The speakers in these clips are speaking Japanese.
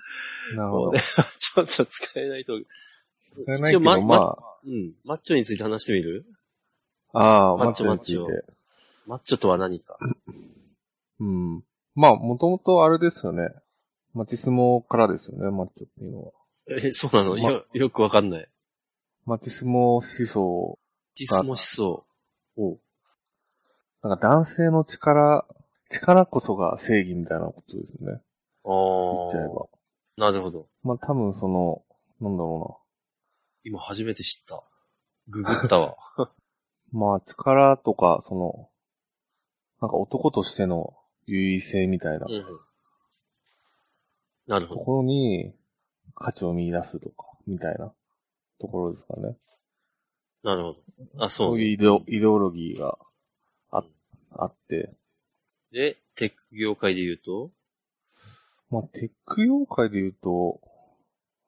なるこほうど。ねちょっと使えないと。使えないけ一応ど、まうん。マッチョについて話してみるあ、ああ、ママッッチチョョについマッて。マッチョとは何か。うん。まあ、もともとあれですよね。マティスモからですよね、マッチョっていうのは。え、そうなの、まよ、よくわかんない。マティスモ思想、ディスモ思想。おうなんか男性の力、力こそが正義みたいなことですよね。言っちゃえばあ。あ。なるほど。まあ多分その、なんだろ今初めて知った。ググっ たわ。うな。まあ力とか、その、なんか男としての優位性みたいなうん。なるほとど。ころに価値を見出すとか、みたいなところですかね。なるほど。あ、そそうういうイね。デオイデオロギーがああって、で、テック業界で言うと、まあテック業界で言うと、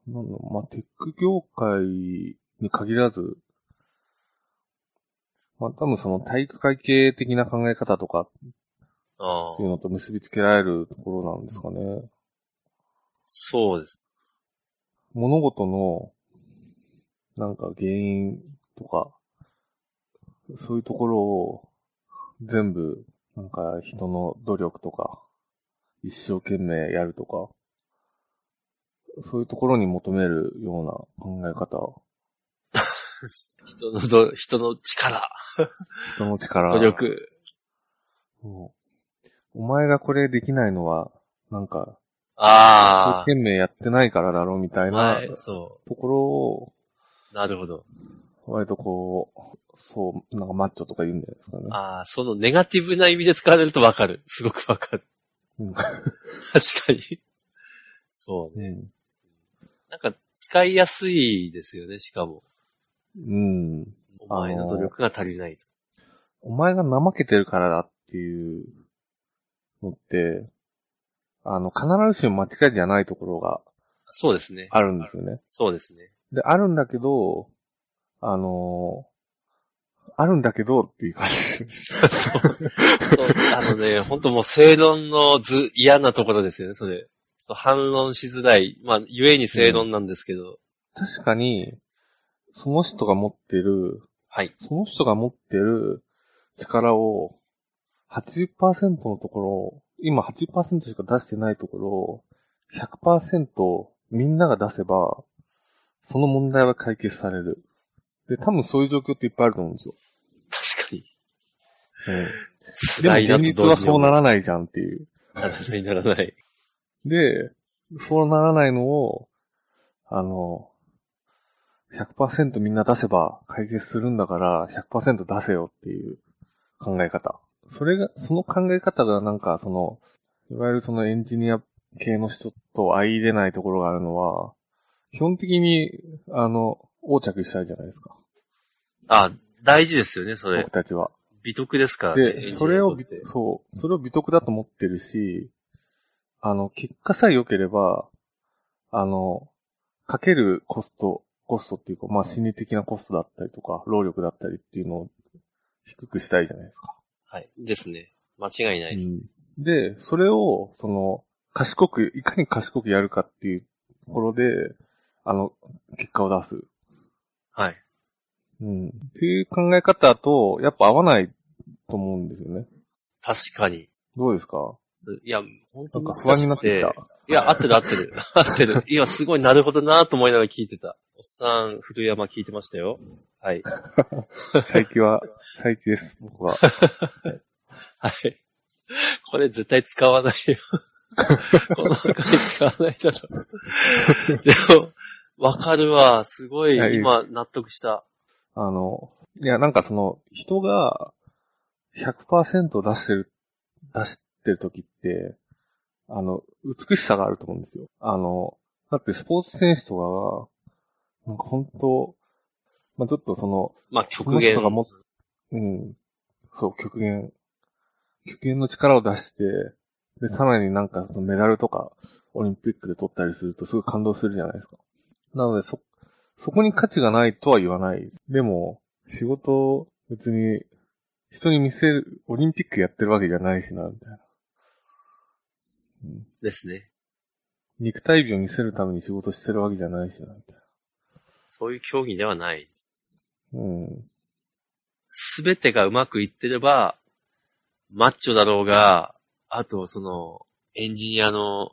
なんだろうまあテック業界に限らず、まあ多分その体育会系的な考え方とかあっあてい、うのと結びつけられるところなんですかね。そうです。物事の、なんか原因とか、そういうところを全部、なんか人の努力とか、一生懸命やるとか、そういうところに求めるような考人のど、人の力、え方、人の力。努力。そうお前がこれできないのは、なんか、一生あ懸命やってないからだろみたあ。いなはい、そところを、う。なるほど。割とこう、そう、なんかマッチョとか言うんじゃないですかね。ああ、そのネガティブな意味で使われるとわかる。 すごくわかる。うん確かに。そうね。うなんか、使いやすいですよね、しかも。ん。うん。お前の努力が足りないと。お前が怠けてるからだっていうのって、あの、必ずしも間違いじゃないところがそうですね。あるんですよね。そうですね。 で、あるんだけど、あのあるんだけどっていう感じ。そう。そう。あ のね、本当もう正論のず、嫌なところですよね、それ。そう反論しづらい。まあ、ゆえに正論なんですけど。確かに、その人が持ってる、はい。その人が持ってる力を、80%のところを、今80%しか出してないところを、100%みんなが出せば、その問題は解決される。で、多分そういう状況っていっぱいあると思うんですよ。確かに。で辛いなもと現実同は時にそう思なうらないじゃんっていう。ならない、ならない。で、そうならないのを、あの、100%みんな出せば解決するんだから100%出せよっていう考え方。それが、その考え方がなんかその、いわゆるそのエンジニア系の人と相入れないところがあるのは、基本的に、あの、横着したいじゃないですか。あ、大事ですよね、それ僕。たちは。美徳ですからね。エンジニアで、にそれをとっ美て、そう、それを美徳だと思ってるし、あの、結果さえ良ければ、あの、かけるコスト、コストっていうか、まあ、心理的なコストだったりとか、労力だったりっていうのを低くしたいじゃないですか。はい。ですね。間違いないです。うんで、それを、その、賢く、いかに賢くやるかっていうところで、あの、結果を出す。はい。うん。っていう考え方と、やっぱ合わないと思うんですよね。確かに。どうですかそういや、本な当ん難かしくて。不安になってきた。いや、合ってる合って る。合ってる。今すごいなるほどなと思いながら聞いてた。おっさん、古山聞いてましたよ。はい。最近は、最近です、僕は。はい。これ絶対使わない よ。この回使わないだろ。でも、わかるわ。すごい、はい今、納得した。あの、いや、なんかその、人が100%出してる、出してる時って、あの、美しさがあると思うんですよ。あの、だってスポーツ選手とかが、なんか本当まあ、ちょっとその、まあ、そ極の限人。が持つ、うん、そう、極限、極限の力を出して、で、さらになんかそのメダルとか、オリンピックで取ったりするとすごい感動するじゃないですか。なので、そ、そこに価値がないとは言わない。でも、仕事を別に、人に見せる、オリンピックやってるわけじゃないしな、みたいな。ですね。肉体美を見せるために仕事してるわけじゃないしな、みたいそういう競技ではない。な。うん。すべてがうまくいってれば、マッチョだろうが、あと、その、エンジニアの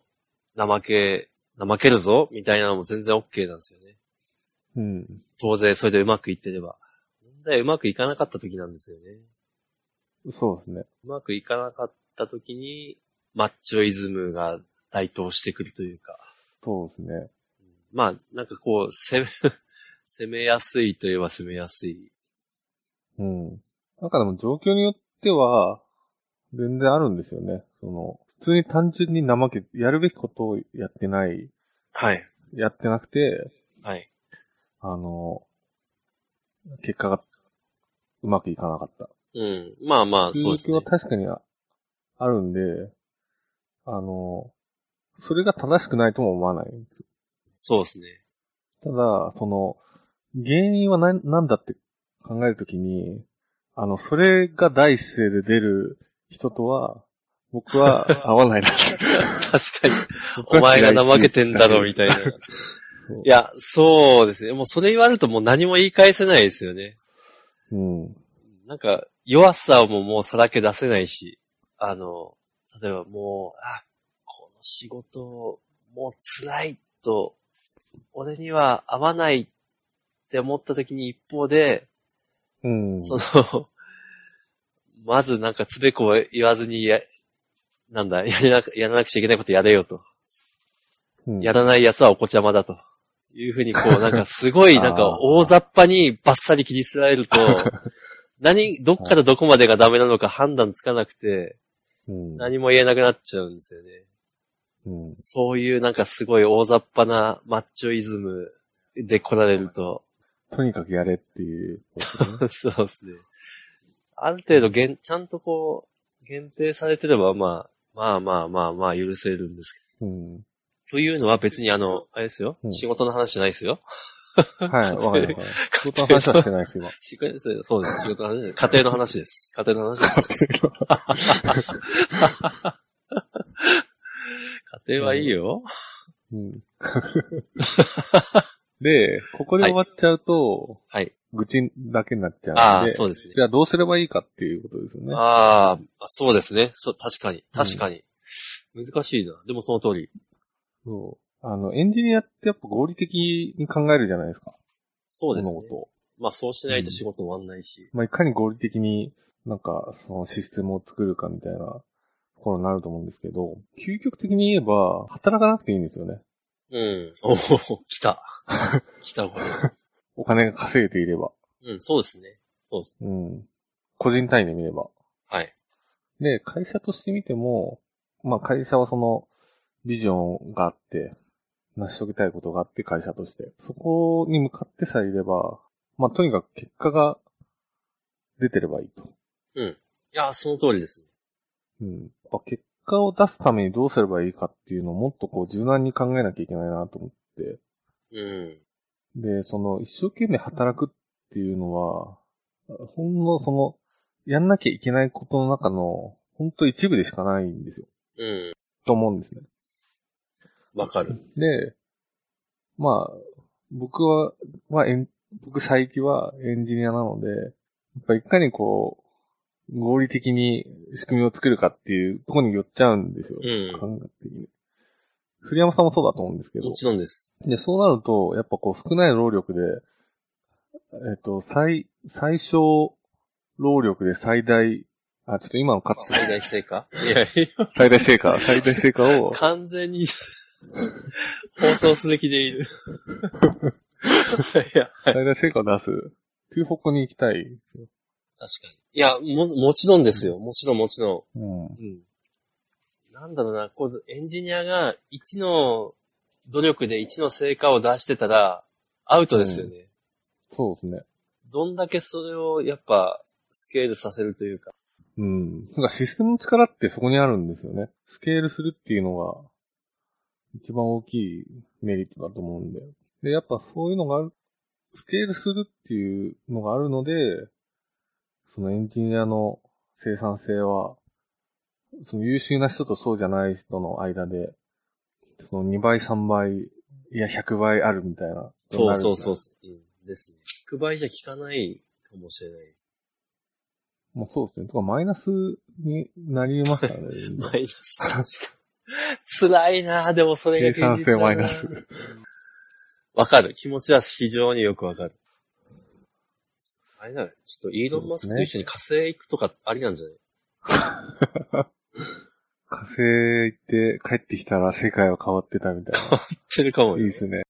怠け、怠けるぞみたいなのも全然 OK なんですよね。うん。当然、それでうまくいってれば。問題はうまくいかなかった時なんですよね。そうですね。うまくいかなかった時に、マッチョイズムが台頭してくるというか。そうですね。まあ、なんかこう、攻め、 攻めやすいといえば攻めやすい。うん。なんかでも状況によっては、全然あるんですよね。その、普通に単純に怠け、やるべきことをやってない、はい。やってなくて、はい。あの、結果がうまくいかなかった。うん。まあまあ、そうです状ね況は。確かにああるんで、あの、それが正しくないとも思わない。そうですね。ただ、その、原因は何なんだって考えるときに、あの、それが第一声で出る人とは、僕 は合わないなって。 確かに。お前が怠けてんだろ、みたいな。いそうや、そうですね。もうそれ言われるともう何も言い返せないですよね。うん。なんか、弱さをももうさらけ出せないし、あの、例えばもう、あ、この仕事、もう辛いと、俺には合わないって思った時に一方で、うん。その、まずなんかつべこを言わずにや、なんだ、やらなくやらなくちゃいけないことやれよと。うんやらない奴はお子ちゃまだと。いうふうに、こう、なんかすご い、あーなんか大雑把にバッサリ切り捨てられ ると、何、どっからどこまでがダメなのか判断つかなくて、うん。何も言えなくなっちゃうんですよね。うん。そういうなんかすごい大雑把なマッチョイズムで来られると、とにかくやれっていうことね、 そうですね。ある程度げん、ちゃんとこう、限定されてれば、まあ、まあまあまあまあ許せるんですけど。 うん。というのは別にあの、あれですよう。ん仕事の話じゃないですよ。はい、わかりました。仕事の話はしてないです、今。仕事そう です。仕事の話。家庭の話です。家庭の話です。 家庭はいいよ。うん。 で、ここで終わっちゃうと、はい。愚痴だけになっちゃうんで、ああ、そうですね。じゃあどうすればいいかっていうことですよね。ああ、そうですね。そう、確かに。確かに。難しいな。でもその通り。そう。あの、エンジニアってやっぱ合理的に考えるじゃないですか。そうですね物。事を。まあそうしないと仕事終わんないし。まあ、いかに合理的になんか、そのシステムを作るかみたいなところになると思うんですけど、究極的に言えば、働かなくていいんですよね。うん。おお、来 た。来た、これ。お金が稼げていれば。うん、そうですね。うん。個人単位で見れば。はい。で、会社として見ても、まあ会社はそのビジョンがあって、成し遂げたいことがあって会社として。そこに向かってさえいれば、まあとにかく結果が出てればいいと。いや、その通りですね。うん。やっぱ結果を出すためにどうすればいいかっていうのをもっとこう柔軟に考えなきゃいけないなと思って。うん。で、その一生懸命働くっていうのは、ほんのその、やんなきゃいけないことの中の、ほんと一部でしかないんですよ。うと思うんですね。ん。わかる。で、まあ、僕は、まあ、エン僕最近はエンジニアなので、やっぱいかにこう、合理的に仕組みを作るかっていうところに寄っちゃうんですよ。うん感覚的に。栗山さんもそうだと思うんですけども。ちろんです。で、そうなると、やっぱこう少ない労力で、えっと、最、最小労力で最大、あ、ちょっと今のカット、最大成果いやいや。 最大成果、最大成果 を、完全に放送すべきでい る。いや、はい、最大成果を出す、という方向に行きたいですよ。確かに。いや、も、もちろんですよ。もちろん、もちろうん。ん。うん。なんだろうな、こう、エンジニアが1の努力で1の成果を出してたら、アウトですよね。そうですね。どんだけそれを、やっぱ、スケールさせるというか。うん。なんかシステムの力ってそこにあるんですよね。スケールするっていうのが、一番大きいメリットだと思うんで。で、やっぱそういうのがある、スケールするっていうのがあるので、そのエンジニアの生産性は、その優秀な人とそうじゃない人の間で、その2倍、3倍、いや、100倍あるみたいな。そうそうそうう。。うん、ですね。100倍じゃ効かないかもしれない。もうそうですね。とか、マイナスになります からね。マイナス。辛いなぁでもそれが計現実だな算性マイナス。。わかる。気持ちは非常によくわかる。あれだね。ちょっとイーロン・マスクと一緒に火星行くとかありなんじゃない 火星行って帰ってきたら世界は変わってたみたい知ってるかもな。いいよ ですね。